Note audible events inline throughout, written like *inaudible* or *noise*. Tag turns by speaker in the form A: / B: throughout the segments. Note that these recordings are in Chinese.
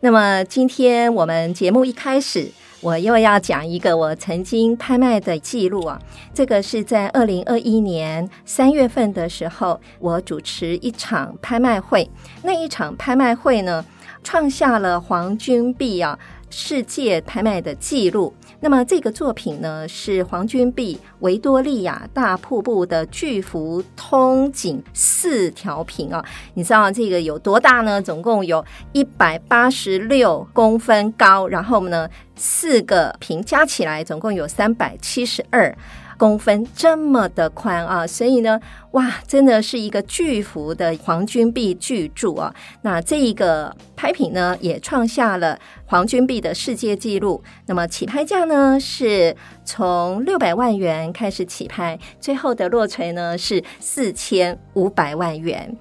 A: 那么今天我们节目一开始，我又要讲一个我曾经拍卖的记录啊。这个是在二零二一年三月份的时候，我主持一场拍卖会。那一场拍卖会呢，创下了黄君璧啊世界拍卖的记录。那么这个作品呢，是黄君璧《维多利亚大瀑布的巨幅通景四条屏》啊。你知道这个有多大呢？总共有一百八十六公分高，然后呢，四个屏加起来总共有三百七十二公分，这么的宽啊！所以呢，哇，真的是一个巨幅的黄君璧巨著啊！那这一个拍品呢，也创下了黄君璧的世界纪录。那么起拍价呢，是从六百万元开始起拍，最后的落锤呢是四千五百万元。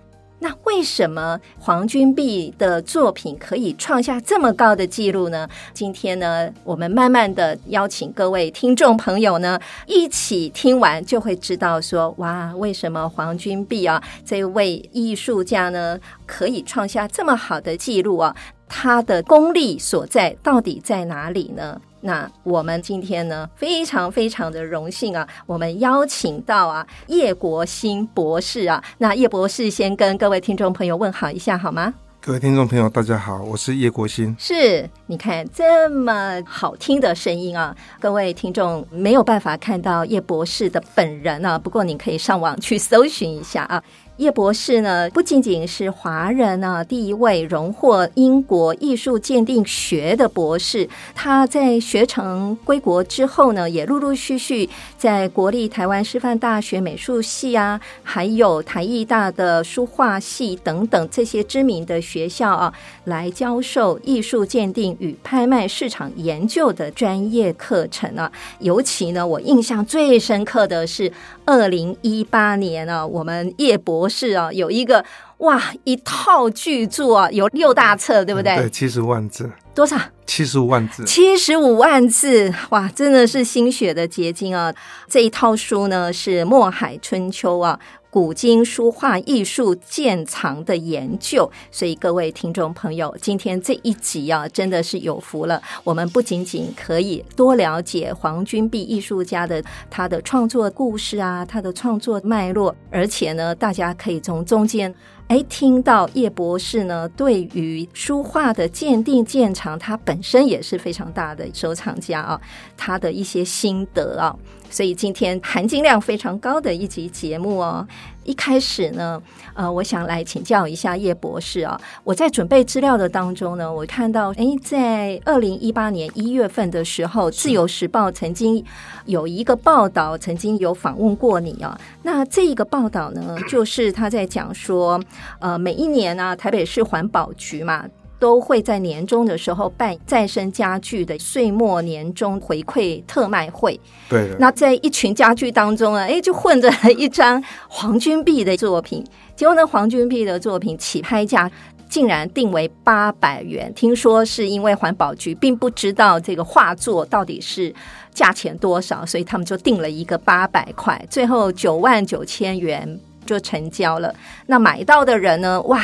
A: 那为什么黄君璧的作品可以创下这么高的记录呢？今天呢，我们慢慢的邀请各位听众朋友呢，一起听完就会知道说，哇，为什么黄君璧啊这位艺术家呢，可以创下这么好的记录啊？他的功力所在到底在哪里呢？那我们今天呢，非常非常的荣幸啊，我们邀请到啊叶国兴博士啊，那叶博士先跟各位听众朋友问好一下好吗？
B: 各位听众朋友，大家好，我是叶国新。
A: 是，你看这么好听的声音啊，各位听众没有办法看到叶博士的本人啊，不过你可以上网去搜寻一下啊。叶博士呢，不仅仅是华人啊第一位荣获英国艺术鉴定学的博士，他在学成归国之后呢，也陆陆续续在国立台湾师范大学美术系啊，还有台艺大的书画系等等这些知名的学校啊，来教授艺术鉴定与拍卖市场研究的专业课程啊。尤其呢，我印象最深刻的是二零一八年啊，我们叶博士啊有一个哇一套巨著啊，有六大册，对不对？
B: 嗯对，七十万字，
A: 多少？
B: 七十五万字，
A: 七十五万字，哇，真的是心血的结晶啊！这一套书呢是《墨海春秋》啊。古今书画艺术鉴藏的研究，所以各位听众朋友，今天这一集啊，真的是有福了。我们不仅仅可以多了解黄君璧艺术家的他的创作故事啊，他的创作脉络，而且呢，大家可以从中间哎，听到叶博士呢对于书画的鉴定鉴赏，他本身也是非常大的收藏家啊，他的一些心得啊，所以今天含金量非常高的一集节目哦。一开始呢，呃，我想来请教一下叶博士啊。我在准备资料的当中呢，我看到，诶，在二零一八年一月份的时候，《自由时报》曾经有一个报道，曾经有访问过你啊。那这个报道呢，就是他在讲说，呃，每一年呢、台北市环保局嘛。都会在年终的时候办再生家具的岁末年终回馈特卖会，
B: 对的，
A: 那在一群家具当中啊，哎，就混着一张黄君璧的作品。结果呢，黄君璧的作品起拍价竟然定为八百元。听说是因为环保局并不知道这个画作到底是价钱多少，所以他们就定了一个八百块，最后九万九千元就成交了。那买到的人呢，哇！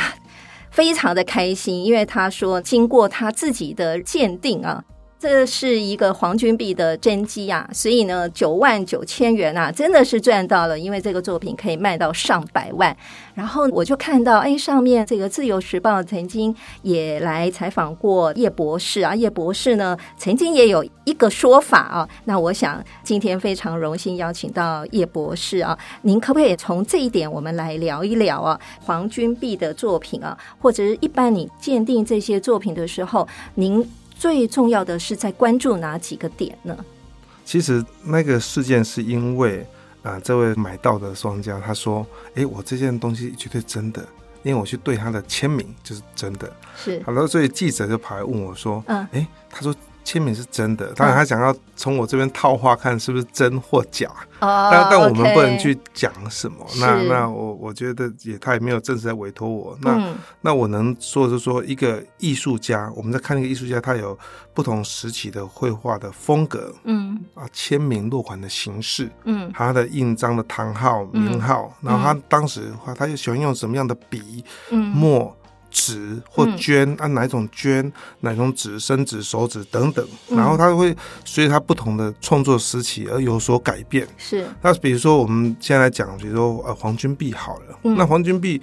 A: 非常的开心，因为他说经过他自己的鉴定啊，这是一个黄君璧的真迹啊，所以呢，九万九千元啊，真的是赚到了，因为这个作品可以卖到上百万。然后我就看到，哎，上面这个《自由时报》曾经也来采访过叶博士啊，叶博士呢曾经也有一个说法啊，那我想今天非常荣幸邀请到叶博士啊，您可不可以从这一点我们来聊一聊啊？黄君璧的作品啊，或者是一般你鉴定这些作品的时候，您最重要的是在关注哪几个点呢？
B: 其实那个事件是因为啊、这位买到的商家他说，诶，我这件东西绝对真的，因为我去对他的签名就是真的。
A: 是
B: 好了，所以记者就跑来问我说，
A: 嗯
B: 诶，他说签名是真的，当然他想要从我这边套话看是不是真或假，
A: 哦，
B: 但但我们
A: OK
B: 不能，去讲什么。那
A: 是
B: 那我我觉得也他也没有正式在委托我，那、
A: 嗯
B: 那我能说的是说，一个艺术家，我们在看那个艺术家，他有不同时期的绘画的风格
A: 嗯
B: 啊，签名落款的形式，
A: 嗯
B: 他的印章的堂号、
A: 嗯
B: 名号，然后他当时的话，他又喜欢用什么样的笔、
A: 嗯
B: 墨、纸或
A: 嗯
B: 绢，按、哪一种绢、哪种纸、伸纸、手指等等，
A: 嗯
B: 然后他会随着他不同的创作时期而有所改变。
A: 是，
B: 那比如说我们现在来讲，比如说呃黄君璧好了，
A: 嗯
B: 那黄君璧，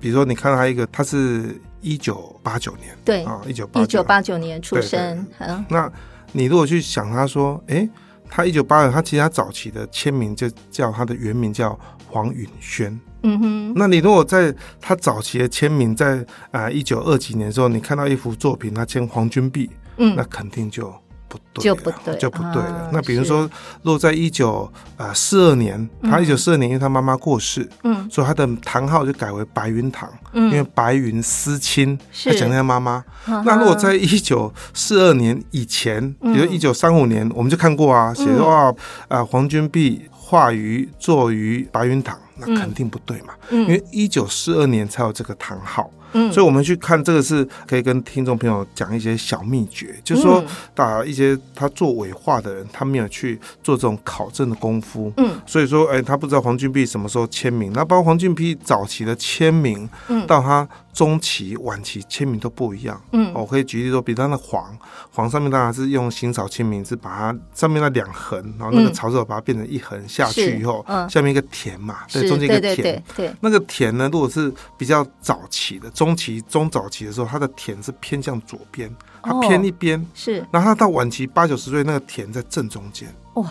B: 比如说你看他一个，他是一九八九年
A: 对，
B: 啊，一九八
A: 一九八九年出生，嗯
B: 那你如果去想他说，诶，他一九八九，他其实他早期的签名就叫他的原名叫黄允轩。
A: 嗯哼，
B: 那你如果在他早期的签名在啊一九二几年的时候，你看到一幅作品，他签黄君璧，那
A: 嗯
B: 肯定就。不对
A: 就
B: 了，
A: 不对
B: 就不对了。
A: 啊
B: 那比如说，落在一九啊四二年，他
A: 嗯
B: 一九四二年，因为他妈妈过世，
A: 嗯
B: 所以他的堂号就改为白云堂，因为
A: 嗯，
B: 白云思亲，
A: 是
B: 他讲他妈妈。那
A: 那
B: 如果在一九四二年以前，比
A: 嗯
B: 如一九三五年，我们就看过啊，写说啊，呃，黄君璧画于坐于白云堂，那
A: 嗯
B: 肯定不对嘛，
A: 因
B: 因为一九四二年才有这个堂号，
A: 嗯
B: 所以我们去看这个是可以跟听众朋友讲一些小秘诀，就是
A: 嗯
B: 说，打一些他做伪画的人，他没有去做这种考证的功夫。
A: 嗯
B: 所以说，哎、他不知道黄俊璧什么时候签名。那包括黄俊璧早期的签名，
A: 嗯
B: 到他中期、晚期签名都不一样。
A: 嗯
B: 哦我可以举例说，比如他的黄，黄上面当然是用行草签名，是把它上面那两横，然后那个
A: 嗯
B: 草字头把它变成一横下
A: 是
B: 去以后，
A: 嗯
B: 下面一个田嘛，对，
A: 是
B: 中间
A: 对
B: 一个
A: 对
B: 田。
A: 对对，
B: 那个田呢，如果是比较早期的、中期、中早期的时候，它的田是偏向左边，它
A: 哦
B: 偏一边。
A: 是
B: 然后他到晚期八九十岁，那个田在正中间，
A: 哇，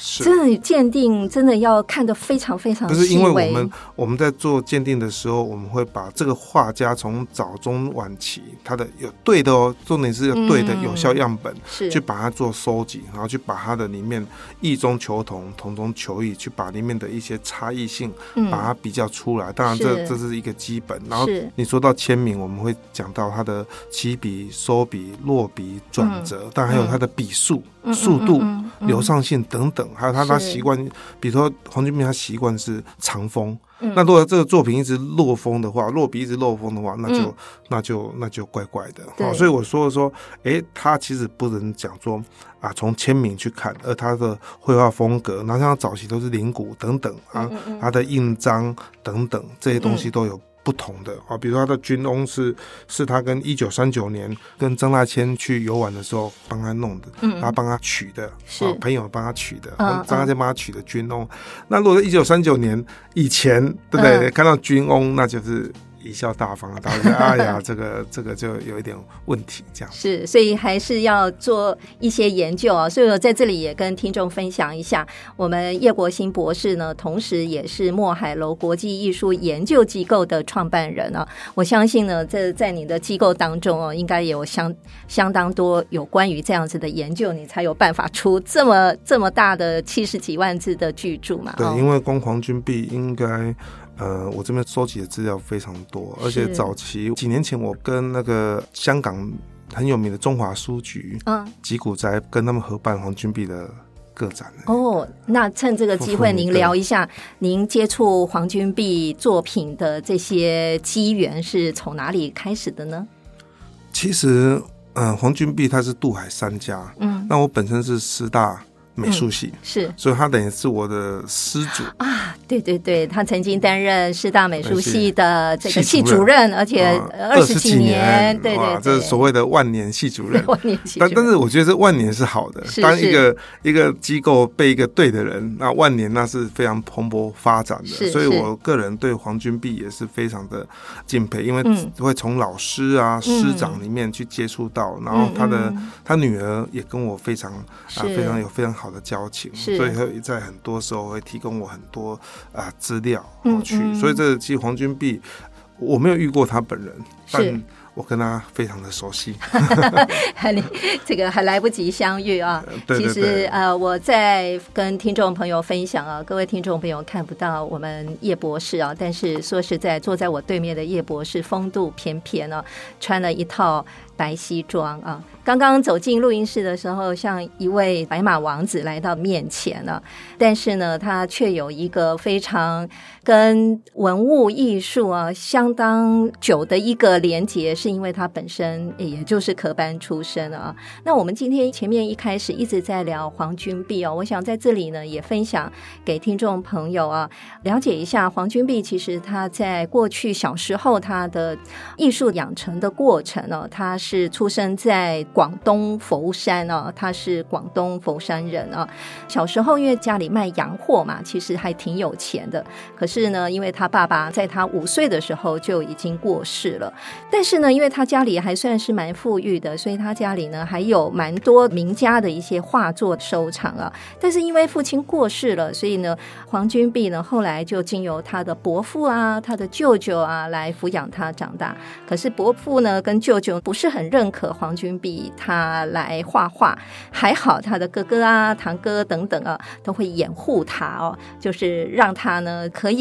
B: 是
A: 真的鉴定真的要看得非常非常
B: 不
A: 呃细
B: 是
A: 微，
B: 因为我们我们在做鉴定的时候，我们会把这个画家从早中晚期他的有对的哦，重点是要对的
A: 嗯
B: 有效样本，
A: 是
B: 去把它做收集，然后去把它的里面异中求同，同中求异，去把里面的一些差异性
A: 嗯
B: 把它比较出来。当然这
A: 是
B: 这是一个基本，然后
A: 是
B: 你说到签名，我们会讲到它的起笔、收笔、落笔、转折，当然还有它的笔速、
A: 嗯嗯嗯
B: 速度、
A: 嗯嗯
B: 流上线等等，还有他
A: 是
B: 他习惯，比如说黄俊明他习惯是长风，
A: 嗯
B: 那如果这个作品一直落风的话，落笔一直漏风的话，那就、
A: 嗯
B: 那就那就怪怪的。
A: 对
B: 好，所以我说的说，诶，他其实不能讲说啊，从签名去看，而他的绘画风格，然后像早期都是灵骨等等啊，
A: 嗯嗯嗯
B: 他的印章等等这些东西都有不同的啊，比如说他的军翁是是他跟一九三九年跟张大千去游玩的时候帮他弄的，
A: 嗯
B: 他帮他取的，
A: 是
B: 啊朋友帮他取的，
A: 嗯
B: 张大千帮他取的军翁。那如果在一九三九年以前，对不
A: 嗯
B: 对？看到军翁，那就是贻笑大方了，大家就
A: *laughs*
B: 哎呀，这个这个就有一点问题这样。
A: 是，所以还是要做一些研究啊。所以我在这里也跟听众分享一下，我们叶国兴博士呢，同时也是墨海楼国际艺术研究机构的创办人啊。我相信呢，这在你的机构当中哦，应该有相相当多有关于这样子的研究，你才有办法出这么这么大的七十几万字的巨著嘛。
B: 对，
A: 哦
B: 因为光黄军币应该，呃，我这边收集的资料非常多，而且
A: 是
B: 早期几年前我跟那个香港很有名的中华书局
A: 嗯，
B: 吉古斋跟他们合办黄军币的个展呢。
A: 哦，那趁这个机会，
B: 嗯
A: 您
B: 对
A: 聊一下您接触黄君璧作品的这些机缘是从哪里开始的呢？
B: 其实，嗯、黄军币它是渡海三家，
A: 嗯，
B: 那我本身是师大美术系。
A: 是
B: 所以他等于是我的师祖，
A: 啊，对对对，他曾经担任师大美术系的这个系
B: 系
A: 主
B: 主啊
A: 任，而且二十
B: 20
A: 几年，对
B: 哇
A: 对
B: 这
A: 对，。
B: 是所谓的万年系主任
A: *laughs* 万年系主
B: 但
A: 任，
B: 但是我觉得这万年是好的，
A: 是
B: 当
A: 是
B: 一个一个机构被一个对的人，那万年那是非常蓬勃发展
A: 是
B: 的。所以
A: 是
B: 我个人对黄君璧也是非常的敬佩，因为
A: 嗯
B: 会从老师啊、师长里面去接触到，然后他的
A: 嗯嗯
B: 他女儿也跟我非常啊
A: 是
B: 非常有非常好的交情，
A: 是
B: 所以会在很多时候会提供我很多啊资料
A: 嗯
B: 我去，
A: 嗯
B: 所以这其实黄君璧我没有遇过他本人，
A: 是
B: 但我跟他非常的熟
A: *laughs*
B: 悉，
A: 还来这个还来不及相遇啊。
B: 对
A: 其
B: 对
A: 实
B: 对，
A: 呃，我在跟听众朋友分享啊，各位听众朋友看不到我们叶博士啊，但是说实在，坐在我对面的叶博士风度翩翩啊，穿了一套白西装啊。刚刚走进录音室的时候，像一位白马王子来到面前了、啊，但是呢，他却有一个非常跟文物艺术啊相当久的一个连结，是因为他本身也就是科班出身啊。那我们今天前面一开始一直在聊黄君璧哦，我想在这里呢也分享给听众朋友啊，了解一下黄君璧。其实他在过去小时候他的艺术养成的过程哦、啊，他是出生在广东佛山哦、啊，他是广东佛山人啊。小时候因为家里卖洋货嘛，其实还挺有钱的。可是呢，因为他爸爸在他五岁的时候就已经过世了，但是呢，因为他家里还算是蛮富裕的，所以他家里呢还有蛮多名家的一些画作收藏啊。但是因为父亲过世了，所以呢，黄君璧呢后来就经由他的伯父啊、他的舅舅啊来抚养他长大。可是伯父呢跟舅舅不是很认可黄君璧他来画画，还好他的哥哥啊、堂哥等等啊都会掩护他哦，就是让他呢可以。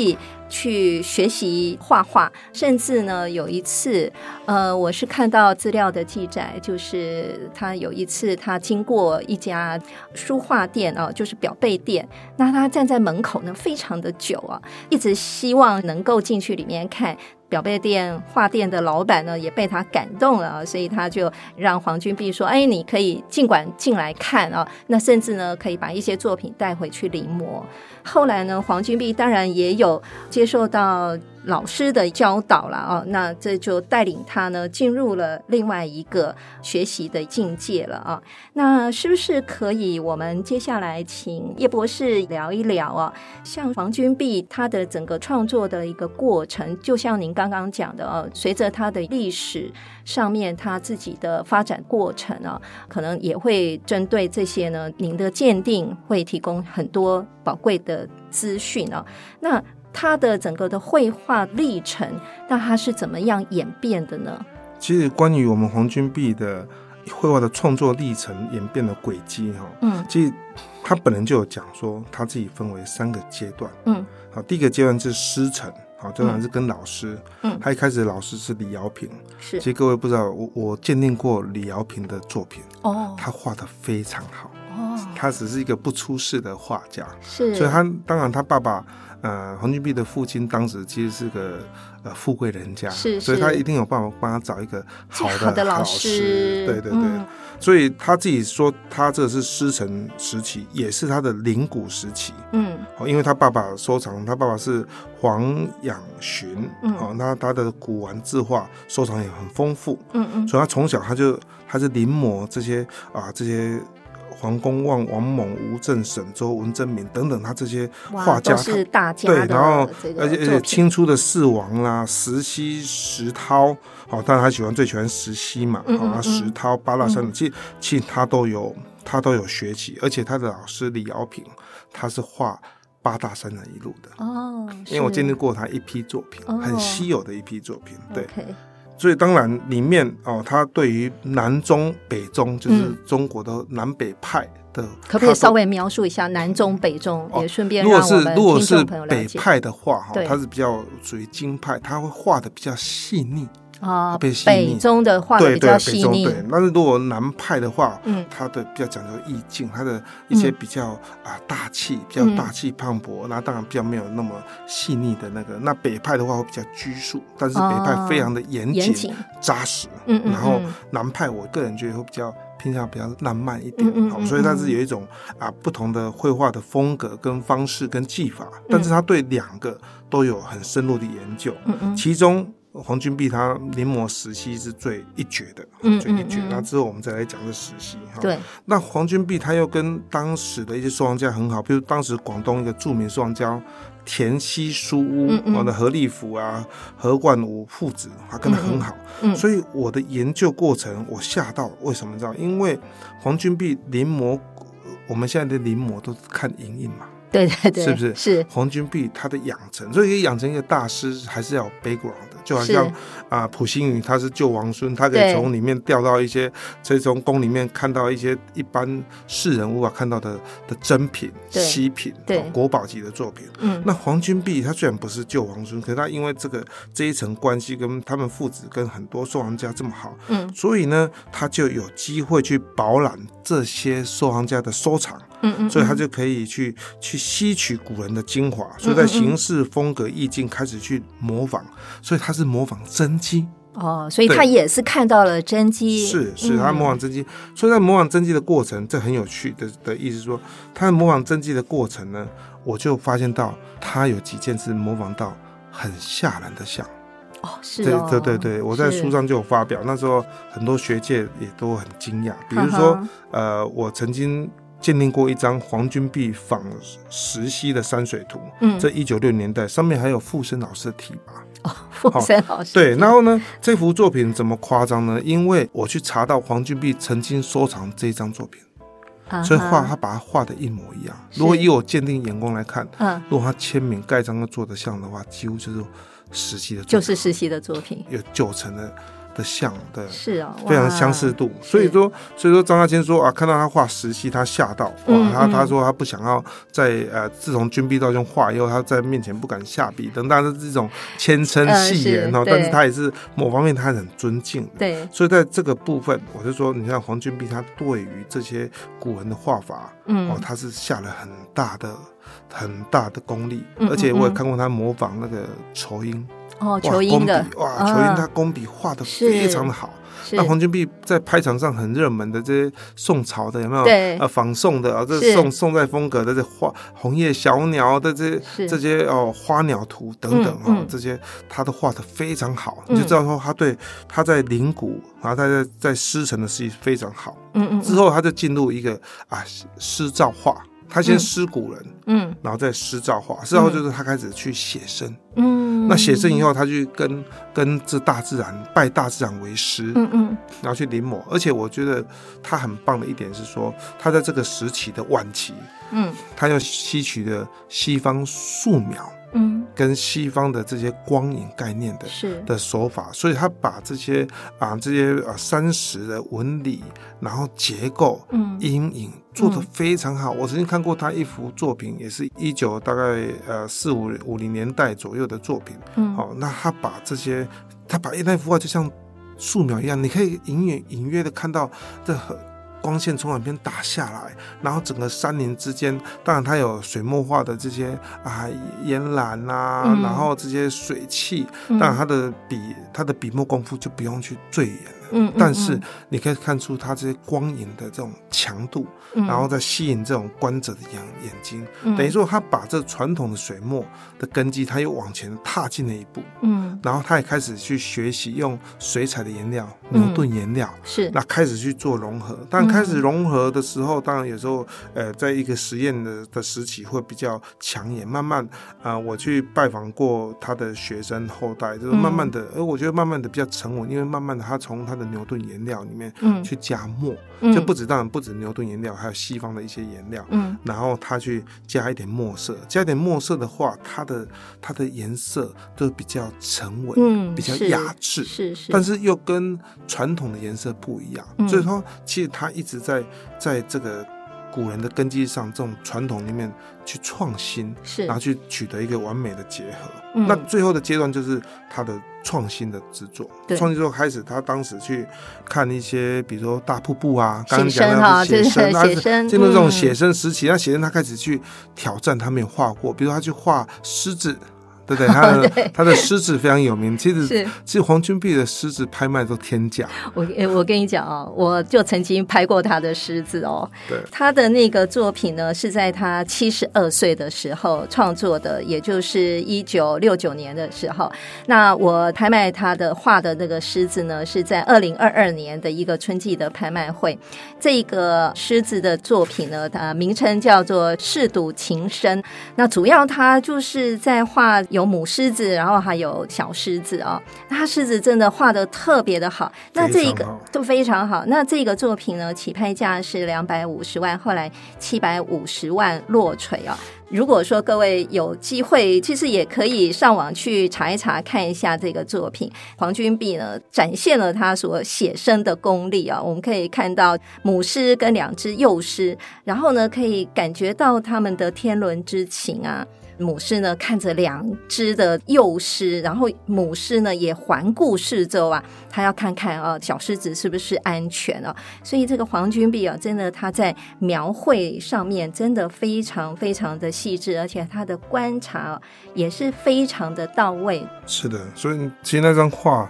A: 去学习画画，甚至呢，有一次，呃，我是看到资料的记载，就是他有一次他经过一家书画店啊，就是裱贝店，那他站在门口呢，非常的久啊，一直希望能够进去里面看。表贝店画店的老板呢，也被他感动了，啊所以他就让黄君璧说：“哎，你可以尽管进来看啊，那甚至呢，可以把一些作品带回去临摹。”后来呢，黄君璧当然也有接受到。老师的教导了啊，那这就带领他呢进入了另外一个学习的境界了啊。那是不是可以？我们接下来请叶博士聊一聊啊，像黄君璧他的整个创作的一个过程，就像您刚刚讲的啊，随着他的历史上面他自己的发展过程啊，可能也会针对这些呢，您的鉴定会提供很多宝贵的资讯啊。那他的整个的绘画历程，那他是怎么样演变的呢？
B: 其实关于我们黄君璧的绘画的创作历程演变的轨迹哈，嗯，其实他本人就有讲说，他自己分为三个阶段，嗯，好，第一个阶段是师承。好，这然是跟老师，嗯，他一开始老师是李瑶平，
A: 是，
B: 其实各位不知道，我我鉴定过李瑶平的作品，哦，他画的非常好，哦，他只是一个不出世的画家，
A: 是，
B: 所以他当然他爸爸。呃，黄君璧的父亲当时其实是个呃富贵人家，
A: 是是
B: 所以他一定有办法帮他找一个好的
A: 好的老
B: 师，对对对。
A: 嗯、
B: 所以他自己说，他这是师承时期，也是他的灵骨时期。
A: 嗯，
B: 哦，因为他爸爸收藏，他爸爸是黄养寻，嗯、哦，那他的古玩字画收藏也很丰富，
A: 嗯嗯，
B: 所以他从小他就他是临摹这些啊这些。黄公望、王猛、吴镇、沈周、文征明等等，他这些画家
A: 是大家
B: 对，然后而且而且清初的四王啦、石溪、石涛，好、哦，当然他喜欢最喜欢石溪嘛，
A: 嗯
B: 好、哦，石涛、八大山等，其其实他都有他都有学习，而且他的老师李瑶平，他是画。八大山人一路的
A: 哦，
B: 因为我鉴定过他一批作品，哦、很稀有的一批作品，对。
A: Okay
B: 所以当然，里面哦，他对于南中北中，就是中国的南北派的，嗯、
A: 嗯可不可以稍微描述一下南中北中？哦、也顺便如
B: 果是如果是北派的话，哈、哦，它是比较属于京派，他会画的比较细腻。
A: 啊，
B: 北
A: 中的画比较细腻，
B: 对对，但是如果南派的话，嗯，它的比较讲究意境，它的
A: 嗯
B: 一些比较啊大气，比较大气磅礴，那当然比较没有那么细腻的那个。那北派的话会比较拘束，但是北派非常的严
A: 哦谨
B: 扎实，
A: 嗯嗯。
B: 然后南派，我个人觉得会比较偏向比较浪漫一
A: 嗯
B: 点，好，所以它是有一种啊不同的绘画的风格跟方式跟技法，但是他对两个都有很深入的研究，
A: 嗯嗯，
B: 其中。黄君璧他临摹时期是最一绝的，
A: 嗯、
B: 最一绝。那、嗯嗯、之后我们再来讲这时期哈。
A: 对。
B: 那黄君璧他又跟当时的一些收藏家很好，比如当时广东一个著名收藏家田西书屋，
A: 嗯
B: 我的何立甫啊、何冠武父子，他跟他
A: 嗯
B: 很好。所以我的研究过程，我吓到，为什么知道？因为黄君璧临摹，我们现在的临摹都是看影印嘛。
A: 对对对，
B: 是不是？
A: 是
B: 黄君璧他的养成，所以养成一个大师还是要有 background 的，就好
A: 是
B: 像啊、普星宇他是救王孙，他可
A: 对
B: 以从里面钓到一些，所以从宫里面看到一些一般世人无法看到的的珍品、
A: 对
B: 稀品、
A: 对
B: 哦国宝级的作品。
A: 嗯
B: 那黄君璧他虽然不是救王孙，可是他因为这个这一层关系跟他们父子跟很多收藏家这么好，
A: 嗯
B: 所以呢，他就有机会去饱览这些收藏家的收藏。
A: 嗯嗯，
B: 所以他
A: 嗯
B: 就可以去去吸取古人的精华，所以
A: 嗯
B: 在形式、风格、意境开始去模仿，所以他是模仿真迹，
A: 哦，所以
B: 对
A: 他也是看到了真机，
B: 是是，他
A: 嗯
B: 模仿真迹。所以在模仿真迹的过程，这很有趣的的意思是说，他模仿真迹的过程呢，我就发现到他有几件是模仿到很吓人的像。
A: 哦，是
B: 对
A: 哦，
B: 对对对，我在
A: 是
B: 书，上就有发表，那时候很多学界也都很惊讶，比如说
A: 哈哈
B: 呃，我曾经鉴定过一张黄君璧仿石溪的山水图，
A: 嗯，
B: 这一九六年代，上面还有傅森老师的提拔。
A: 傅森老师，啊
B: 哦对，然后呢，这幅作品怎么夸张呢？因为我去查到黄君璧曾经收藏这张作品，
A: 啊哈
B: 所以画他把它画的一模一样。
A: 是
B: 如果以我鉴定眼光来看，
A: 嗯，
B: 如果他签名盖章跟做的像的话，几乎就是实际的作品，
A: 就是实习的作品，
B: 有九成的的像的
A: 是哦，
B: 非常
A: 哇
B: 相似，度。所以说，所以说张大千说啊，看到他画石溪，他吓到，哇
A: 嗯，
B: 他他
A: 嗯
B: 说他不想要在呃，自从军必道兄画以后，他在面前不敢下笔，等大家这种谦称
A: 呃
B: 戏言哦，
A: 是
B: 但是
A: 对
B: 他也是某方面他很尊敬的。
A: 对，
B: 所以在这个部分，我就说，你看黄君璧他对于这些古人的画法，哦
A: 嗯，，
B: 他是下了很大的、很大的功力，
A: 嗯
B: 而且我也
A: 嗯嗯
B: 看过他模仿那个仇英，
A: 哦，
B: 哇，
A: 球音的
B: 工笔，哇，
A: 啊
B: 仇英他工笔画的非
A: 是
B: 常的好，
A: 是
B: 那黄君璧在拍场上很热门的这些宋朝的有没有？
A: 对
B: 呃，仿宋的啊，这
A: 是
B: 宋宋代风格的这花红叶小鸟的这
A: 是
B: 些这些哦花鸟图等等
A: 嗯
B: 哦
A: 嗯，
B: 这些他都画的非常好，
A: 嗯
B: 你就知道说他对他在灵谷，然后他在在师承的事情非常好。
A: 嗯嗯
B: 之后他就进入一个啊诗造画，他
A: 嗯
B: 先诗古人，
A: 嗯
B: 然后再诗造画，诗造画就是他开始去写生。
A: 嗯，
B: 那写生以后，他去跟跟这大自然拜大自然为师，
A: 嗯嗯
B: 然后去临摹。而且我觉得他很棒的一点是说，他在这个时期的晚期，
A: 嗯
B: 他又吸取了西方素描
A: 嗯，
B: 跟西方的这些光影概念的
A: 是
B: 的手法，所以他把这些啊这些啊山石的纹理，然后结构。
A: 嗯
B: 阴影做得
A: 嗯
B: 非常好，我曾经看过他一幅作品，也是一九大概呃四五五零年代左右的作品。
A: 嗯
B: 好、那他把这些，他把那幅画就像素描一样，你可以隐远隐约的看到这很光线从两边打下来，然后整个山林之间，当然它有水墨画的这些啊烟岚啊，
A: 嗯
B: 然后这些水汽，
A: 嗯
B: 当然他的笔他的笔墨功夫就不用去赘言了。
A: 嗯嗯
B: 但是
A: 嗯
B: 你可以看出它这些光影的这种强度，
A: 嗯
B: 然后再吸引这种观者的眼眼睛，
A: 嗯
B: 等于说他把这传统的水墨的根基，他又往前踏进了一步，
A: 嗯
B: 然后他也开始去学习用水彩的颜料、
A: 嗯
B: 牛顿颜料。
A: 是
B: 那开始去做融合，但开
A: 嗯
B: 始融合的时候，当然有时候，呃，在一个实验的的时期会比较抢眼。慢慢，啊、我去拜访过他的学生后代，就是
A: 嗯
B: 慢慢的，而我觉得慢慢的比较沉稳，因为慢慢的他从他的牛顿颜料里面
A: 嗯
B: 去加墨，
A: 嗯
B: 就不止当然不止牛顿颜料，还有西方的一些颜料，
A: 嗯
B: 然后他去加一点墨色，加一点墨色的话，它的它的颜色就比较沉稳，
A: 嗯
B: 比较
A: 是
B: 雅致，
A: 是是，
B: 但是又跟传统的颜色不一样，
A: 嗯
B: 所以说其实他一直在在这个古人的根基上，这种传统里面去创新，
A: 是
B: 然后去取得一个完美的结合。
A: 嗯
B: 那最后的阶段就是他的创新的制作
A: 对，
B: 创新之后开始，他当时去看一些，比如说大瀑布啊，刚刚
A: 写
B: 讲
A: 生
B: 到
A: 哈，
B: 的
A: 这
B: 写
A: 是
B: 生，他
A: 写生，
B: 进入这种
A: 嗯
B: 写生时期，那写生他开始去挑战他没有画过，比如他去画狮子。
A: *laughs*
B: 对不对？他
A: 对
B: 的他的狮子非常有名，其实
A: 是
B: 其实黄君璧的狮子拍卖都天价，
A: 我诶我跟你讲哦，我就曾经拍过他的狮子哦。
B: 对
A: 他的那个作品呢，是在他七十二岁的时候创作的，也就是一九六九年的时候。那我拍卖他的画的那个狮子呢，是在二零二二年的一个春季的拍卖会。这个狮子的作品呃呢，它名称叫做《嗜赌情深》。那主要他就是在画有母狮子，然后还有小狮子哦。那狮子真的画的特别的好，那这一
B: 非
A: 个
B: 常好
A: 都非常好。那这个作品呢，起拍价是两百五十万，后来七百五十万落锤哦。如果说各位有机会，其实也可以上网去查一查，看一下这个作品。黄君璧呢，展现了他所写生的功力啊、我们可以看到母狮跟两只幼狮，然后呢，可以感觉到他们的天伦之情啊。母狮呢看着两只的幼狮，然后母狮呢也环顾四周啊，它要看看啊小狮子是不是安全啊。所以这个黄君璧啊，真的他在描绘上面真的非常非常的细致，而且他的观察啊也是非常的到位。
B: 是的，所以其实那张画，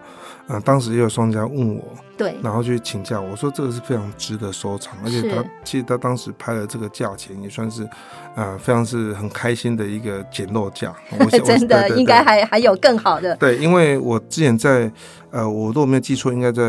B: 啊、当时也有商家问我，
A: 对，
B: 然后去请教我说这个是非常值得收藏，而且
A: 是
B: 他其实他当时拍了这个价钱也算是，啊、非常是很开心的一个捡漏价。
A: *laughs*
B: 我想我
A: 真的
B: 对对
A: 应该
B: 对
A: 还还有更好的。
B: 对，因为我之前在呃，我如果没有记错，应该在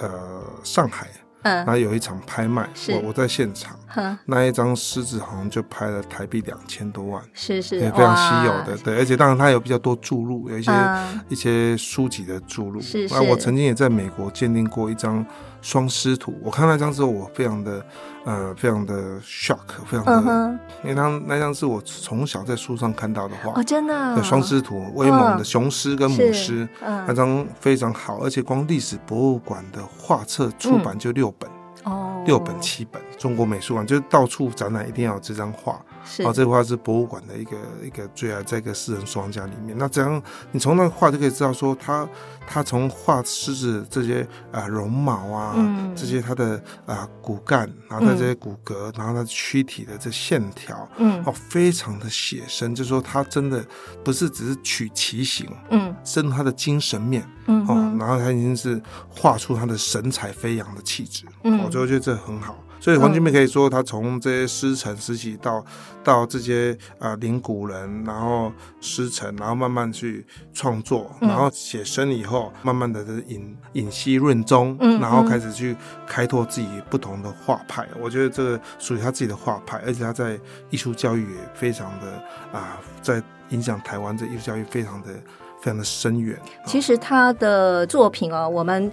B: 呃上海，
A: 嗯
B: 然，后有一场拍卖，
A: 是
B: 我我在现场，
A: 哼，
B: 那一张狮子好像就拍了台币两千多万，
A: 是是，
B: 也非常稀有
A: 哇
B: 的，对，而且当然它有比较多注入，有一些、
A: 嗯
B: *laughs* 一些书籍的注入。
A: 是
B: 那
A: 是
B: 我曾经也在美国鉴定过一张双狮图，我看那张之后，我非常的呃非常的 shock，非常的，
A: 嗯哼，
B: 因为那张那张是我从小在书上看到的画。
A: 哦，真的啊
B: 对，双狮图，威猛的
A: 嗯
B: 雄狮跟母
A: 是
B: 狮，那
A: 嗯，
B: 张非常好，而且光历史博物馆的画册出版就六本，
A: 嗯哦，
B: 六本七本，中国美术馆就是到处展览一定要有这张画。
A: 是
B: 哦，这幅画是博物馆的一个一个最爱，在一个私人收藏家里面。那这样，你从那个画就可以知道说他，他从画狮子这些啊、呃绒毛啊，
A: 嗯
B: 这些它的啊、呃骨干，然后它这些骨骼，然后它躯体的这线条，
A: 嗯
B: 哦，非常的写生，就是说他真的不是只是取其形，
A: 嗯
B: 深入他的精神面。
A: 嗯
B: 哦，
A: 哼
B: 然后他已经是画出他的神采飞扬的气质，哦
A: 嗯
B: 我就觉得这很好。所以黄金妹可以说，他从这些师承时期到到这些啊领古人，然后师承，然后慢慢去创作，
A: 嗯
B: 然后写生以后，慢慢的引引西润中，
A: 嗯
B: 然后
A: 嗯
B: 开始去开拓自己不同的画派。我觉得这个属于他自己的画派，而且他在艺术教育也非常的啊、在影响台湾这艺术教育非常的非常的深远。哦
A: 其实他的作品哦，我们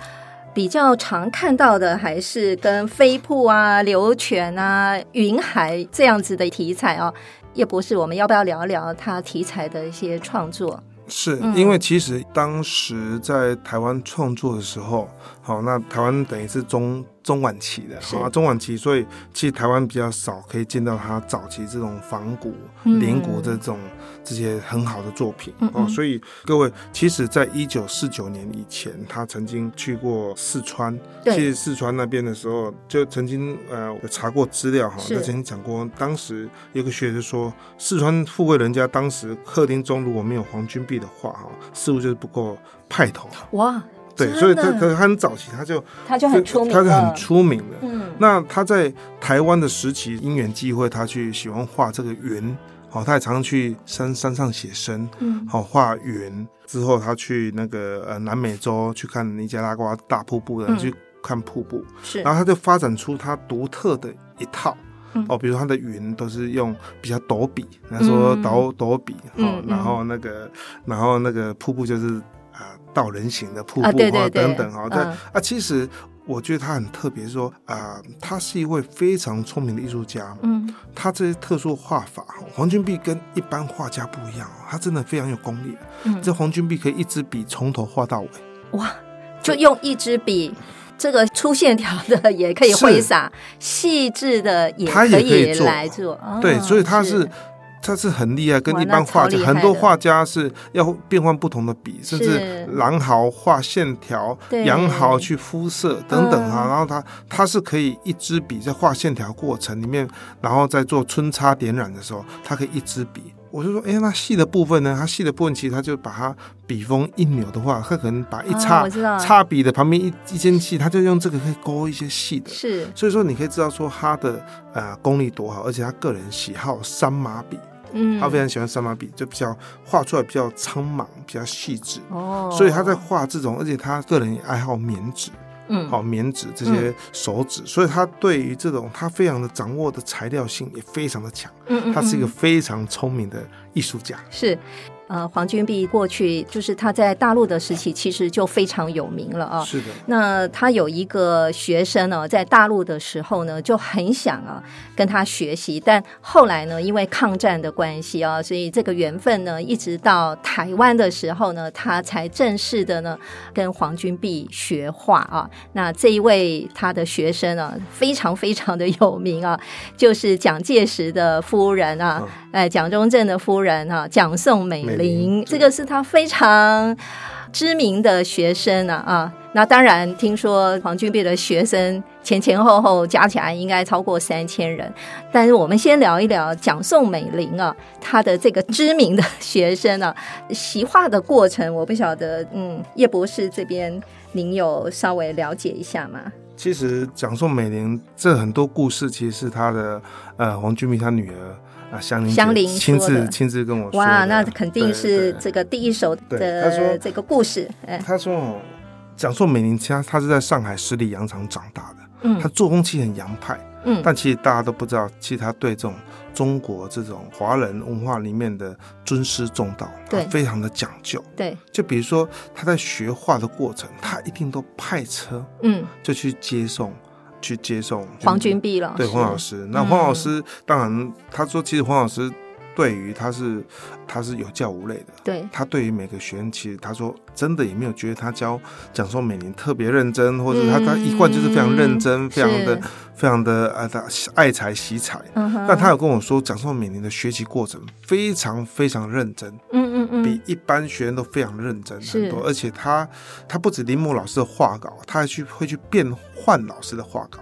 A: 比较常看到的还是跟飞瀑啊、流泉啊、云海这样子的题材哦。叶博士，我们要不要聊聊他题材的一些创作？
B: 是
A: 嗯
B: 因为其实当时在台湾创作的时候，好，那台湾等于是中中晚期的，
A: 是
B: 好啊，中晚期，所以其实台湾比较少可以见到他早期这种仿古、
A: 嗯
B: 联古这种这些很好的作品
A: 嗯嗯
B: 哦，所以各位，其实，在一九四九年以前，他曾经去过四川，其
A: 对，
B: 实四川那边的时候，就曾经呃有查过资料哈，
A: 是
B: 就曾经讲过，当时有个学者说，四川富贵人家当时客厅中如果没有黄君璧的画哈，似乎就是不够派头。
A: 哇，
B: 对，
A: 真
B: 所以
A: 的
B: 他他他很早期他就
A: 他就很出名，
B: 他是很，出名的。
A: 嗯，
B: 那他在台湾的时期，因缘际会，他去喜欢画这个云，哦，他也常常去山山上写生，
A: 嗯
B: 好画云之后，他去那个呃南美洲去看尼加拉瓜大瀑布的，
A: 嗯
B: 去看瀑布，
A: 是
B: 然，后他就发展出他独特的一套
A: 嗯。
B: 哦，比如他的云都是用比较陡笔，他说陡陡笔，哦
A: 嗯嗯，嗯
B: 然后那个，然后那个瀑布就是啊倒人形的瀑布
A: 啊对对对
B: 哦等等哈，但
A: 嗯
B: 啊其实我觉得他很特别，说啊他是一位非常聪明的艺术家，
A: 嗯
B: 他这些特殊画法，哦黄君璧跟一般画家不一样哦，他真的非常有功力。
A: 嗯，
B: 这黄君璧可以一支笔从头画到尾，
A: 哇，就用一支笔。这个粗线条的也可以挥洒，细致的也
B: 他也可以做
A: 来做。啊
B: 对，所以他是他是很厉害，跟
A: 哇
B: 一般
A: 那超
B: 画家
A: 厉害
B: 很多
A: 的
B: 画家是要变换不同的笔，甚
A: 是
B: 至狼毫画线条
A: 对，
B: 羊毫去肤色等等啊。
A: 嗯
B: 然后他他是可以一支笔在画线条过程里面，然后在做皴擦点染的时候，他可以一支笔。我就说，哎，那细的部分呢？它细的部分其实他就把它笔锋一扭的话，他可能把一
A: 啊
B: 擦
A: 我知道
B: 擦笔的旁边一一间细，他就用这个可以勾一些细的。
A: 是
B: 所以说，你可以知道说他的呃功力多好，而且他个人喜好三马笔，
A: 嗯，
B: 他非常喜欢三马笔，就比较画出来比较苍茫，比较细致。
A: 哦，
B: 所以他在画这种，而且他个人也爱好棉纸，
A: 嗯
B: 好、棉纸这些手指，所以他对于这种他非常的掌握的材料性也非常的强，
A: 嗯嗯
B: 他是一个
A: 嗯
B: 非常聪明的艺术家。
A: 是呃，黄君璧过去就是他在大陆的时期，其实就非常有名了啊。
B: 是的，
A: 那他有一个学生呢、在大陆的时候呢，就很想啊跟他学习，但后来呢，因为抗战的关系啊，所以这个缘分呢，一直到台湾的时候呢，他才正式的呢跟黄君璧学画啊。那这一位他的学生啊，非常非常的有名啊，就是蒋介石的夫人啊，哎，蒋中正的夫人啊，蒋宋美
B: 美
A: 龄
B: 龄，
A: 这个是他非常知名的学生啊啊。那当然，听说黄君璧的学生前前后后加起来应该超过三千人。但是我们先聊一聊蒋宋美龄啊，她的这个知名的学生啊，习画的过程，我不晓得，嗯，叶博士这边您有稍微了解一下吗？
B: 其实讲宋美龄这很多故事，其实是她的呃黄君璧她女儿啊香菱
A: 香菱
B: 姐亲
A: 说的
B: 自亲自跟我说的。
A: 哇，那肯定
B: 对
A: 是
B: 对
A: 这个第一手
B: 对他说
A: 的这个故事，哎，
B: 他说哦，讲说美玲，其实她是在上海十里洋场长大的，
A: 嗯
B: 她作风其实很洋派，
A: 嗯
B: 但其实大家都不知道，其实她对这种中国这种华人文化里面的尊师重道，她
A: 对
B: 非常的讲究。
A: 对，
B: 就比如说她在学画的过程，她一定都派车
A: 嗯，
B: 就去接送，去接送
A: 黄君璧老师，
B: 对黄老师，那
A: 嗯
B: 黄老师、当然他说，其实黄老师对于他是他是有教无类的。
A: 对，
B: 他对于每个学员，其实他说真的也没有觉得他教讲授美玲特别认真，或者他、他一贯就是非常认真，非常的
A: 是
B: 非常的呃他爱才惜才。
A: 嗯哼，
B: 但他有跟我说，讲授美玲的学习过程非常非常认真，
A: 嗯嗯嗯，
B: 比一般学员都非常认真
A: 是
B: 很多。而且他他不止临摹老师的画稿，他还去会去变换老师的画稿。
A: 哦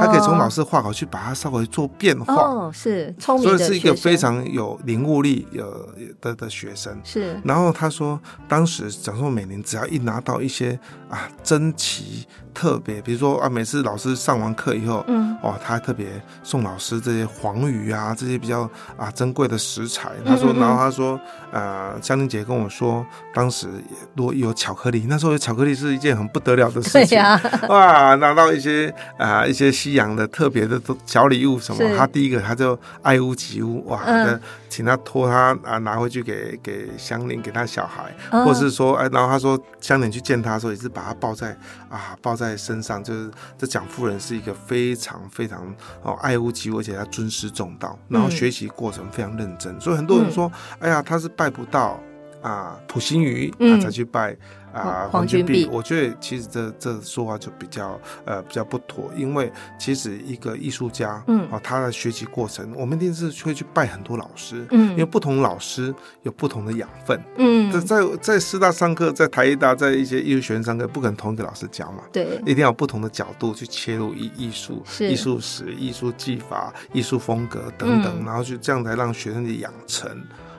B: 他可以从老师画稿去把它稍微做变化，
A: 哦，是聪明
B: 所
A: 的学
B: 以
A: 生，
B: 是一个非常有领悟力呃的的学生。
A: 是
B: 然后他说，当时蒋宋美龄只要一拿到一些啊珍奇特别，比如说啊，每次老师上完课以后，
A: 嗯
B: 哦，他还特别送老师这些黄鱼啊，这些比较啊珍贵的食材。
A: 嗯
B: 他说，
A: 嗯
B: 然后他说，呃，香玲姐跟我说，当时也如果有巧克力，那时候有巧克力是一件很不得了的
A: 对
B: 事情。
A: 呀、
B: *laughs* 哇，拿到一些啊、一些西洋的特别的都小礼物什
A: 是
B: 么，他第一个他就爱屋及乌哇，
A: 嗯
B: 那请他托他啊、拿回去给给香菱给他小孩，
A: 嗯
B: 或是说哎、然后他说香菱去见他的时候也是把他抱在啊抱在身上，就是这蒋夫人是一个非常非常哦爱屋及乌，而且他尊师重道，然后
A: 嗯
B: 学习过程非常认真，所以很多人说，哎呀他是拜不到。啊，普心鱼啊，
A: 嗯
B: 才去拜啊
A: 黄，
B: 黄君
A: 君璧
B: 璧，我觉得其实这这说法就比较呃比较不妥，因为其实一个艺术家，
A: 嗯
B: 啊，他的学习过程，我们一定是会去拜很多老师，因为
A: 嗯
B: 不同老师有不同的养分。这
A: 嗯，
B: 在在师大上课，在台艺大，在一些艺术学院上课，不可能同一个老师教嘛。
A: 对，
B: 一定要有不同的角度去切入艺艺术、
A: 嗯是
B: 艺术史、艺术技法、艺术风格等等，
A: 嗯
B: 然后去这样才让学生的养成，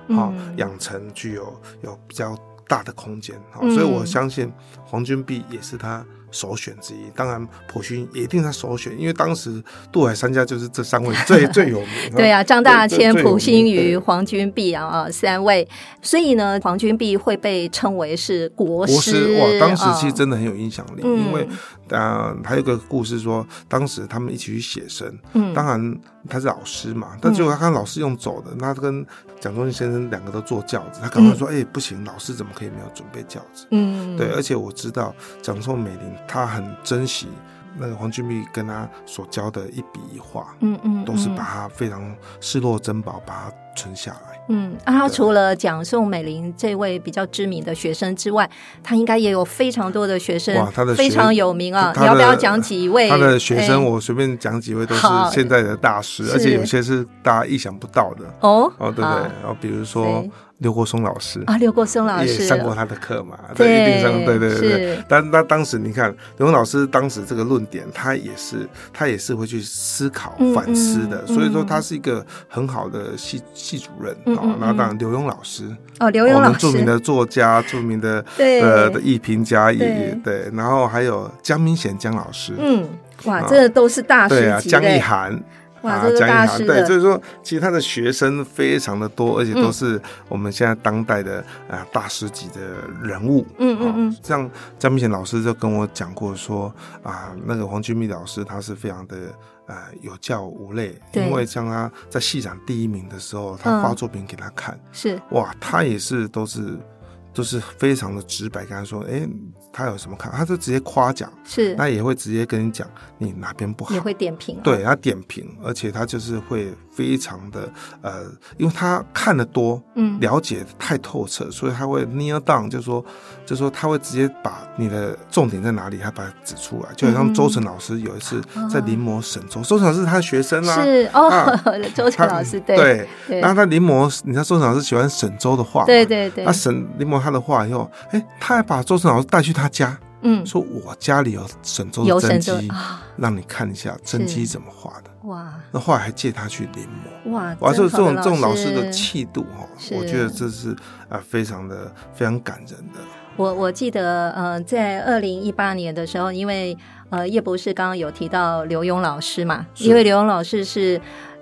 A: 嗯
B: 哦，养成具有有比较大的空间。哦
A: 嗯
B: 所以我相信黄君璧也是他首选之一。当然，普勋也一定他首选，因为当时杜海三家就是这三
A: *laughs*
B: 位最最有名。
A: 对啊，张大千、
B: 最最有名
A: 普心
B: 对
A: 瑜、黄君璧啊啊三位，所以呢，黄君璧会被称为是国
B: 国师哇，当时其实
A: 啊
B: 真的很有影响力，
A: 嗯
B: 因为呃，还有个故事说，当时他们一起去写生，
A: 嗯
B: 当然他是老师嘛，但结果他看老师用走的，那他跟蒋中正先生两个都坐轿子，他赶快说，哎、不行，老师怎么可以没有准备轿子？
A: 嗯
B: 对，而且我知道蒋宋美龄她很珍惜那个黄君璧跟她所教的一笔一画，
A: 嗯嗯
B: 都是
A: 嗯
B: 把它非常视若珍宝，把它存下来。
A: 嗯，啊，他
B: 对
A: 除了蒋宋美龄这位比较知名的学生之外，他应该也有非常多的学生
B: 哇他的
A: 非
B: 学
A: 常有名啊。
B: 他
A: 你要不
B: 的
A: 要讲几位？
B: 他的学生，
A: 哎
B: 我随便讲几位都是
A: 好
B: 现在的大师，
A: 是
B: 而且有些是大家意想不到的
A: 哦
B: 哦，对不对
A: 好？
B: 然后比如说
A: 谁
B: 刘国松老师
A: 啊，刘国松老
B: 也
A: 师
B: 上过他的课嘛，
A: 对
B: 一定上，对对对
A: 是
B: 对。但那当时你看，刘国松老师当时这个论点，他也是他也是会去思考
A: 嗯
B: 反思的，
A: 嗯
B: 所以说
A: 嗯
B: 他是一个很好的系系主任
A: 嗯
B: 啊
A: 嗯。
B: 那当然，刘墉老师，
A: 哦，刘
B: 我
A: 墉
B: 们
A: 老
B: 著名
A: 师，
B: 的作家，著名的
A: 对，
B: 呃的艺评家也
A: 对
B: 也对，然后还有江明显江老师，
A: 嗯，哇，
B: 啊
A: 这都是大师级
B: 对
A: 的
B: 啊，江一涵。
A: 哇，
B: 啊
A: 这，是
B: 江一
A: 大
B: 涵
A: 师
B: 对，所
A: 的，
B: 以说其实他的学生非常的多，而且
A: 嗯
B: 都是我们现在当代的啊、大师级的人物。
A: 嗯嗯
B: 啊
A: 嗯，
B: 像江明贤老师就跟我讲过说啊，那个黄君密老师他是非常的呃有教无类，
A: 对嗯
B: 因为像他在戏展第一名的时候，他发作品给他看，
A: 是
B: 哇，他也是都是都是非常的直白，跟他说，哎、他有什么看，他就直接夸奖，
A: 是，
B: 那也会直接跟你讲你哪边不好
A: 也。会点评、啊，
B: 对他点评，而且他就是会非常的呃，因为他看得多，
A: 嗯，
B: 了解得太透彻，所以他会 near down，就说就说他会直接把你的重点在哪里，他把它指出来。就
A: 嗯
B: 好像周晨老师有一次在临摹沈周，周晨老师是他的学生啦、
A: 哦是哦，
B: 啊
A: *laughs* 周晨老师，对
B: 对，
A: 对
B: 然后他临摹，你知道周晨老师喜欢沈周的画嘛，
A: 对对对
B: 那，沈临摹他的画以后，哎，他还把周晨老师带去他家，
A: 嗯，
B: 说我家里有沈周
A: 有
B: 的真
A: 神就
B: 迹，
A: 啊，
B: 让你看一下真
A: 是
B: 迹怎么画的。
A: 哇
B: 那后来还借他去临摹。
A: 哇，
B: 哇，就
A: 真
B: 这
A: 好
B: 种这种老师
A: 师
B: 的气度哈、哦，我
A: 是
B: 觉得这是啊、非常的非常感人的。
A: 我我记得，呃，在二零一八年的时候，因为呃，叶博士刚刚有提到刘墉老师嘛，
B: 是
A: 因为刘墉老师是。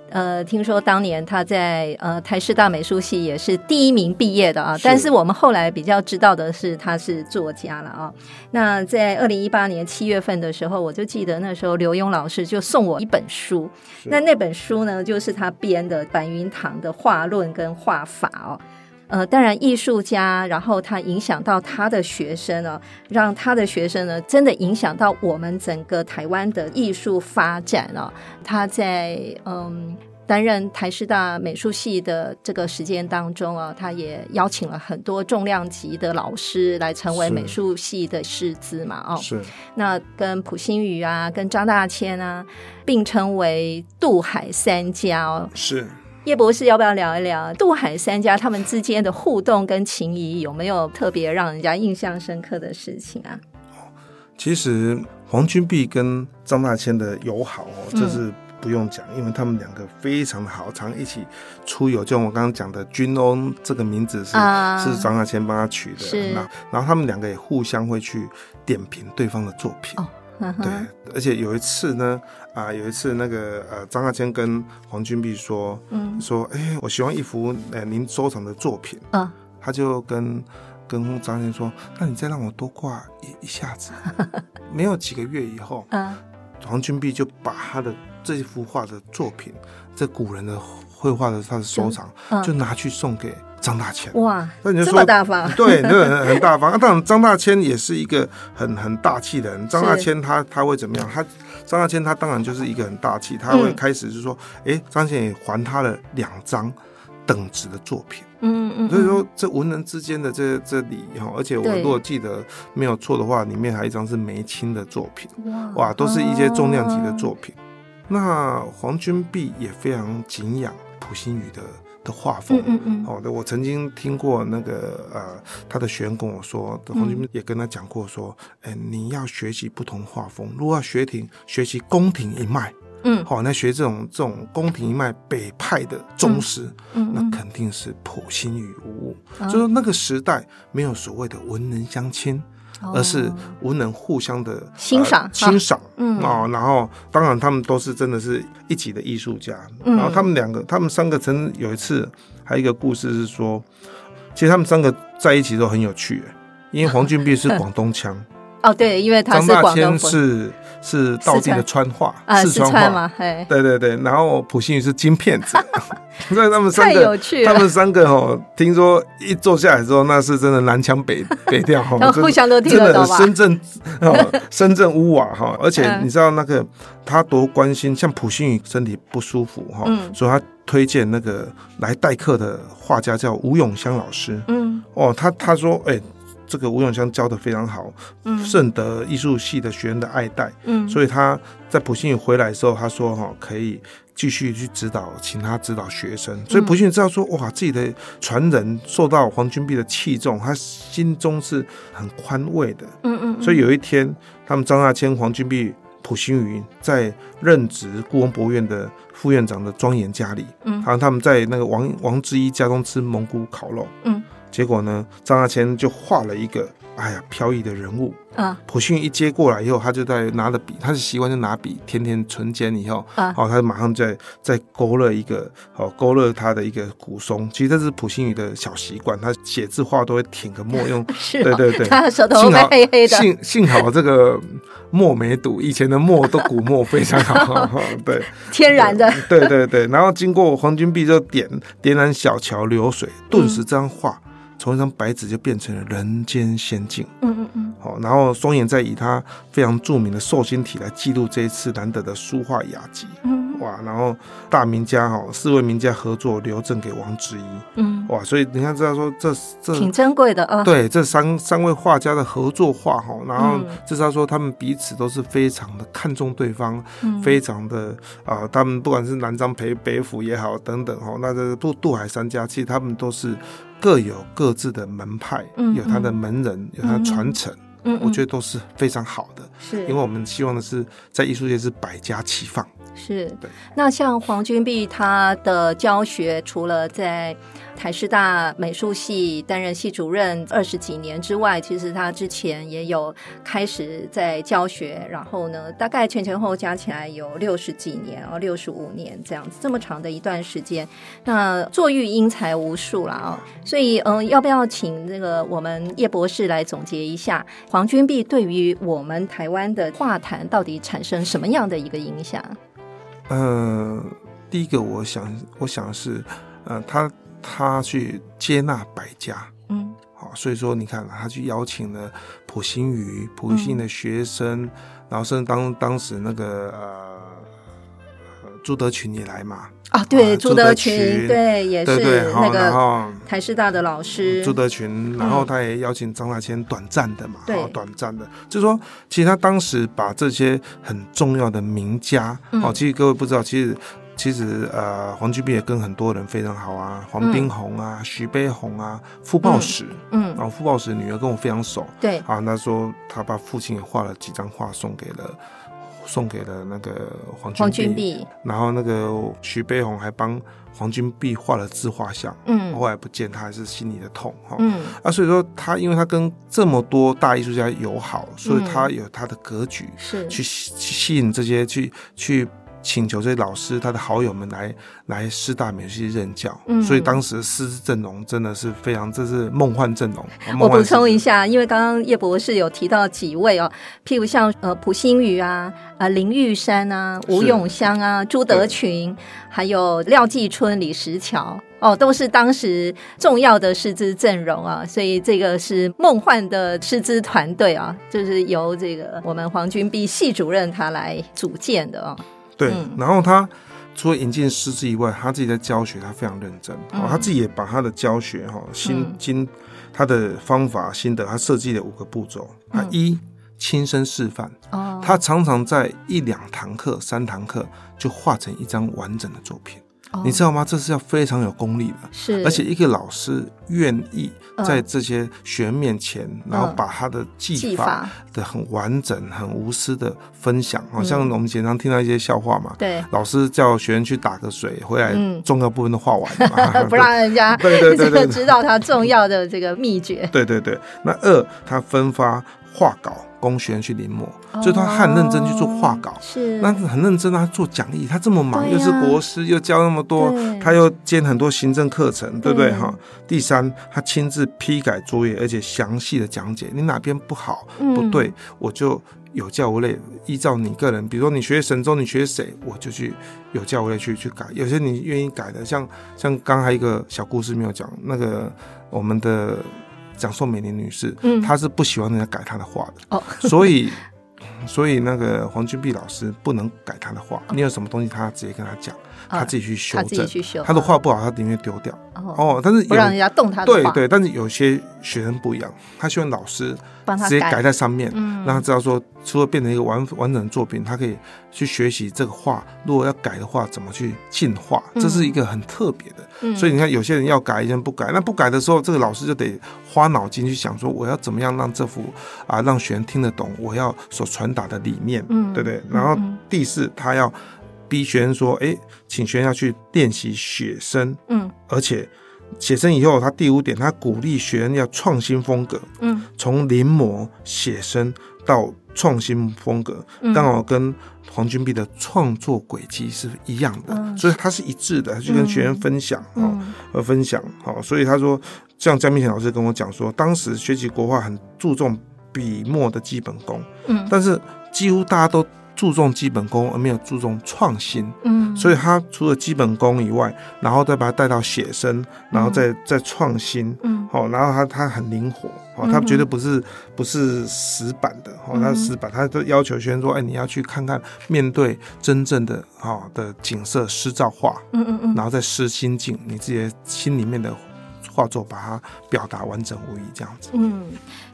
A: 呃，听说当年他在呃台师大美术系也是第一名毕业的啊，
B: 是
A: 但是我们后来比较知道的是他是作家了啊。那在二零一八年七月份的时候，我就记得那时候刘墉老师就送我一本书，
B: 是
A: 那那本书呢，就是他编的《白云堂的画论》跟画法哦。呃，当然，艺术家，然后他影响到他的学生哦，让他的学生呢，真的影响到我们整个台湾的艺术发展哦。他在嗯担任台师大美术系的这个时间当中啊，他也邀请了很多重量级的老师来成为
B: 是
A: 美术系的师资嘛，哦，
B: 是
A: 那跟普星宇啊，跟张大千啊，并称为渡海三家哦。
B: 是，
A: 叶博士要不要聊一聊渡海三家他们之间的互动跟情谊有没有特别让人家印象深刻的事情啊？
B: 其实黄君璧跟张大千的友好哦，
A: 嗯
B: 这是不用讲，因为他们两个非常好，常一起出游。就像我刚刚讲的，君翁这个名字是、
A: 啊
B: 是张大千帮他取
A: 是
B: 的，那然后他们两个也互相会去点评对方的作品。
A: 哦嗯哼
B: 对，而且有一次呢，啊、有一次那个呃，张大千跟黄君璧说，
A: 嗯
B: 说，哎、我喜欢一幅呃您收藏的作品，
A: 嗯，
B: 他就跟跟张先说，那你再让我多挂一一
A: *laughs*
B: 下子，没有几个月以后，
A: 嗯
B: 黄君璧就把他的这幅画的作品，这古人的绘画的他的收藏，
A: 嗯
B: 就拿去送给张大千。
A: 哇，
B: 那你就
A: 这
B: 说
A: 么大方，
B: *laughs* 对，那很很大方。啊当然，张大千也是一个很很大气的人。张大千他他会怎么样？他张大千他当然就是一个很大气，他会
A: 嗯
B: 开始就说，诶，张大千也还他了两张等值的作品。
A: 嗯嗯，
B: 所以说，这文人之间的这这礼哈，而且我
A: 对
B: 如果记得没有错的话，里面还有一张是梅青的作品，
A: 嗯哦
B: 哇，都是一些重量级的作品。那黄君璧也非常敬仰普心宇的的画风
A: 嗯，嗯嗯，
B: 哦，对，我曾经听过那个呃，他的学员跟我说，黄
A: 嗯
B: 金也跟他讲过说，哎、你要学习不同画风，如果要学庭学习宫廷一脉，
A: 嗯
B: 好、哦，那学这种这种宫廷一脉北派的宗师，
A: 嗯
B: 那
A: 嗯
B: 肯定是普心与无物。
A: 嗯
B: 就说那个时代没有所谓的文人相亲，而是
A: 哦
B: 文人互相的
A: 欣赏
B: 呃欣赏，
A: 嗯
B: 哦，然后当然他们都是真的是一级的艺术家，
A: 嗯
B: 然后他们两个，他们三个曾有一次，还有一个故事是说，其实他们三个在一起都很有趣，因为黄俊弼是广东腔，
A: 哦对，因为 *laughs* 他
B: 张
A: 是
B: 大
A: 广
B: 千
A: 东话
B: 是是道地的川话，
A: 啊，四川
B: 话，
A: 嘛，嘿，
B: 对对对，然后普信宇是金片
A: *laughs*
B: 子，所以他们三
A: 太有
B: 个。
A: 趣
B: 他
A: 了，
B: 们三个哦，听说一坐下来之后，那是真的南腔
A: *laughs*
B: 北北调哦，
A: 然后
B: 真
A: 互
B: 的
A: 相都听
B: 真
A: 得
B: 的
A: 懂吧？
B: 深圳，
A: *laughs*
B: 哦、深圳屋瓦哈，而且
A: 嗯
B: 你知道那个他多关心，像普信宇身体不舒服哈，
A: 嗯
B: 所以他推荐那个来代课的画家叫吴永香老师
A: 嗯
B: 哦，他他说哎、这个吴永香教的非常好，
A: 嗯
B: 甚得艺术系的学员的爱戴，
A: 嗯，
B: 所以他在普信宇回来的时候，他说哈、可以。继续去指导，请他指导学生。
A: 嗯
B: 所以普信宇知道说，哇，自己的传人受到黄君璧的器重，他心中是很宽慰的。
A: 嗯嗯，嗯
B: 所以有一天，他们张大千、黄君璧、普星云在任职故宫博物院的副院长的庄严家里，
A: 嗯
B: 好像他们在那个王王之一家中吃蒙古烤肉，
A: 嗯，
B: 结果呢，张大千就画了一个哎呀飘逸的人物。
A: 啊
B: 普信一接过来以后，他就在拿着笔，他是习惯就拿笔舔舔唇尖以后，
A: 啊
B: 哦，他马上在在勾勒一个，哦，勾勒他的一个骨松。其实这是普信宇的小习惯，他写字画都会舔个墨，用
A: *laughs* 是、哦，
B: 对对对
A: 他的手头
B: 幸
A: 会
B: 好
A: 黑黑的，
B: 幸幸好这个墨没堵，以前的墨都古墨非常
A: *laughs*
B: 好，对，
A: 天然的，
B: 对对对。然后经过黄金臂就点点燃小桥流水，顿
A: 嗯
B: 时这张画从一张白纸就变成了人间仙境。
A: 嗯嗯嗯，
B: 好，然后松岩再以他非常著名的寿星体来记录这一次难得的书画雅集。
A: 嗯
B: 哇，然后大名家哈，四位名家合作留赠给王之一，
A: 嗯，
B: 哇，所以你看知道说这这
A: 挺珍贵的啊。
B: 对，这三三位画家的合作画哈，然后
A: 嗯
B: 至少说他们彼此都是非常的看重对方，
A: 嗯
B: 非常的啊、他们不管是南张北北府也好等等哈，那这杜杜海三家其实他们都是各有各自的门派，
A: 嗯
B: 有他的门人，有他的传承，
A: 嗯，
B: 我觉
A: 得
B: 得都是非常好的，
A: 是，
B: 因为我们希望的是在艺术界是百家齐放。
A: 是
B: 对，
A: 那像黄君璧他的教学，除了在台师大美术系担任系主任二十几年之外，其实他之前也有开始在教学，然后呢，大概前前后后加起来有六十几年，哦，六十五年这样子，这么长的一段时间，那坐育英才无数啦啊、所以嗯、呃要不要请那个我们叶博士来总结一下黄君璧对于我们台湾的画坛到底产生什么样的一个影响？
B: 呃，第一个我想我想是，呃，他他去接纳百家，
A: 嗯
B: 好，所以说你看，他去邀请了普星宇、普星
A: 嗯
B: 的学生，然后甚至当当时那个呃呃朱德群也来嘛，
A: 啊，对，
B: 啊
A: 朱
B: 朱
A: 德
B: 德
A: 群，
B: 群
A: 对，也
B: 对
A: 是
B: 不对？
A: 那
B: 好，然
A: 个
B: 后
A: 台师大的老师，
B: 朱德群，然后他也邀请张大千短暂的嘛，
A: 嗯对
B: 好短暂的，就是说，其实他当时把这些很重要的名家，
A: 嗯
B: 哦，其实各位不知道，其实。其实，呃，黄俊斌也跟很多人非常好啊，黄宾虹啊、徐悲鸿啊、傅抱石，
A: 嗯，
B: 然后傅抱石的女儿跟我非常熟，
A: 对，
B: 啊，那时候他把父亲也画了几张画送给了，送给了那个黄君
A: 黄君
B: 璧，
A: 璧，
B: 然后那个徐悲鸿还帮黄君璧画了自画像，
A: 嗯
B: 后来不见他还是心里的痛哈。
A: 嗯
B: 啊，所以说他因为他跟这么多大艺术家友好，所以
A: 嗯
B: 他有他的格局，
A: 是，
B: 去吸去吸引这些去去请求这些老师他的好友们来来师大美术系任教，
A: 嗯
B: 所以当时师资阵容真的是非常，这是梦幻阵容。啊
A: 我
B: 梦幻
A: 补
B: 师资
A: 充一下，因为刚刚叶博士有提到几位哦，譬如像呃蒲新宇啊、啊林玉山啊、吴
B: 是
A: 永香啊、朱德群，还有廖继春、李石桥。哦，都是当时重要的师资阵容啊，所以这个是梦幻的师资团队啊，就是由这个我们黄君璧系主任他来组建的啊。
B: 对，
A: 嗯
B: 然后他除了引进师资以外，他自己在教学，他非常认真。
A: 嗯
B: 哦，他自己也把他的教学哈、新
A: 嗯
B: 经他的方法心得，他设计了五个步骤。他
A: 嗯
B: 一亲身示范，
A: 哦，
B: 他常常在一两堂课、三堂课就画成一张完整的作品，
A: 哦
B: 你知道吗？这是要非常有功力的。
A: 是，
B: 而且一个老师愿意
A: 嗯
B: 在这些学员面前，然后把他的技
A: 技
B: 法
A: 法
B: 的很完整、很无私的分享，好、
A: 嗯
B: 像我们经常听到一些笑话嘛， *laughs*
A: 对， *laughs*
B: 老师叫学员去打个水，回来
A: 嗯
B: 重要部分都画完了嘛
A: *laughs* 不让人家
B: 对对对
A: 这
B: 对
A: 个
B: 对
A: 知道他重要的这个秘诀。
B: 对对对。那二，他分发画稿供学员去临摹，所以他很认真去做画稿
A: 哦。是
B: 那很认真啊，他做讲义，他这么忙，
A: 对
B: 又
A: 呀
B: 是国师，又教那么多
A: 对，嗯
B: 他又兼很多行政课程，对不对
A: 对
B: 哈？第三，他亲自批改作业，而且详细的讲解，你哪边不好、
A: 嗯
B: 不对，我就有教无类，依照你个人，比如说你学神州，你学谁，我就去有教无类去去改。有些你愿意改的，像像刚才一个小故事没有讲，那个我们的蒋宋美龄女士，
A: 嗯
B: 她是不喜欢人家改她的画的，
A: 哦，
B: 所以， *laughs* 所以那个黄君璧老师不能改他的画，你有什么东西他直接跟他讲，他自己去修
A: 他哦自己
B: 正。
A: 去修
B: 他的画不好，他宁愿丢掉。
A: 哦，
B: 哦，但是
A: 不让人
B: 有
A: 家动他的
B: 对
A: 画，
B: 对，但是有些学生不一样，他希望老师
A: 帮他
B: 直接改在上面，
A: 嗯
B: 让他知道说，除了变成一个完完整的作品，他可以去学习这个画，如果要改的话，怎么去进化，这是一个很特别的。
A: 嗯
B: 所以你看，有些人要改，有些人不改。那不改的时候，这个老师就得花脑筋去想说，我要怎么样让这幅啊，让学员听得懂我要所传达的理念，
A: 嗯
B: 对不对？然后
A: 嗯
B: 第四，他要逼学生说，哎，请学生要去练习写生，
A: 嗯
B: 而且写生以后，他第五点，他鼓励学生要创新风格，
A: 嗯，
B: 从临摹写生到创新风格，
A: 嗯
B: 刚好跟黄君璧的创作轨迹是一样的，
A: 嗯
B: 所以它是一致的，去跟学生分享哦，
A: 嗯
B: 呃，分享好、所以他说，像江明贤老师跟我讲说，当时学习国画很注重笔墨的基本功，
A: 嗯
B: 但是几乎大家都注重基本功，而没有注重创新。
A: 嗯，
B: 所
A: 以
B: 以他除了基本功以外，然后再把它带到写生，然后再、再创新，
A: 嗯
B: 好、哦然后他他很灵活，好、
A: 嗯
B: 他
A: 哼
B: 绝对不是不是死板的，好、
A: 嗯
B: 他死板，他都要求学生说，哎，你要去看看面对真正的哈、好的景色施造画，
A: 嗯嗯嗯，
B: 然后再施心境，你自己的心里面的画作把它表达完整无遗，这样子。
A: 嗯，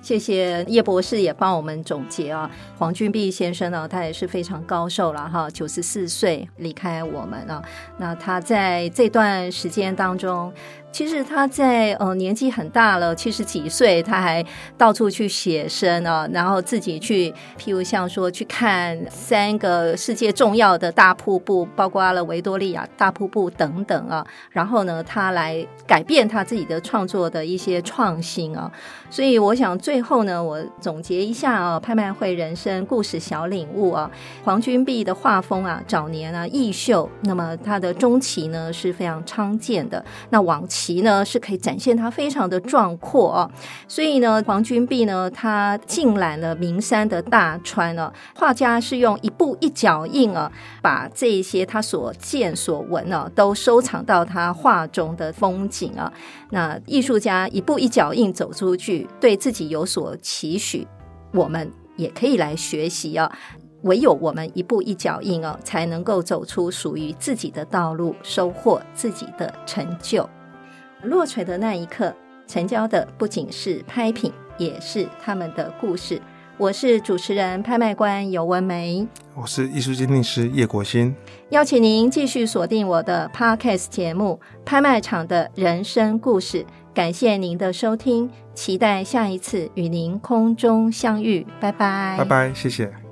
A: 谢谢叶博士也帮我们总结啊。黄俊弼先生呢、他也是非常高寿了哈，九十四岁离开我们啊。那他在这段时间当中，其实他在呃年纪很大了，七十几岁，他还到处去写生啊，然后自己去，譬如像说去看三个世界重要的大瀑布，包括了维多利亚大瀑布等等啊。然后呢，他来改变他自己的创作的一些创新啊。所以我想最后呢，我总结一下啊，拍卖会人生故事小领悟啊，黄君璧的画风啊，早年啊易秀，那么他的中期呢是非常常见的，那晚期呢是可以展现他非常的壮阔 *laughs* 啊，所以呢，黄君璧呢他浸染了名山的大川啊，画家是用一步一脚印啊，把这一些他所见所闻啊，都收藏到他画中的风景啊，那艺术家一步一脚印走出去，对自己有所期许，我们也可以来学习啊。唯有我们一步一脚印啊，才能够走出属于自己的道路，收获自己的成就。落锤的那一刻，成交的不仅是拍品，也是他们的故事。我是主持人、拍卖官尤文梅。
B: 我是艺术鉴定师叶国新，
A: 邀请您继续锁定我的 Podcast 节目《拍卖场的人生故事》。感谢您的收听，期待下一次与您空中相遇，拜拜，
B: 拜拜，谢谢。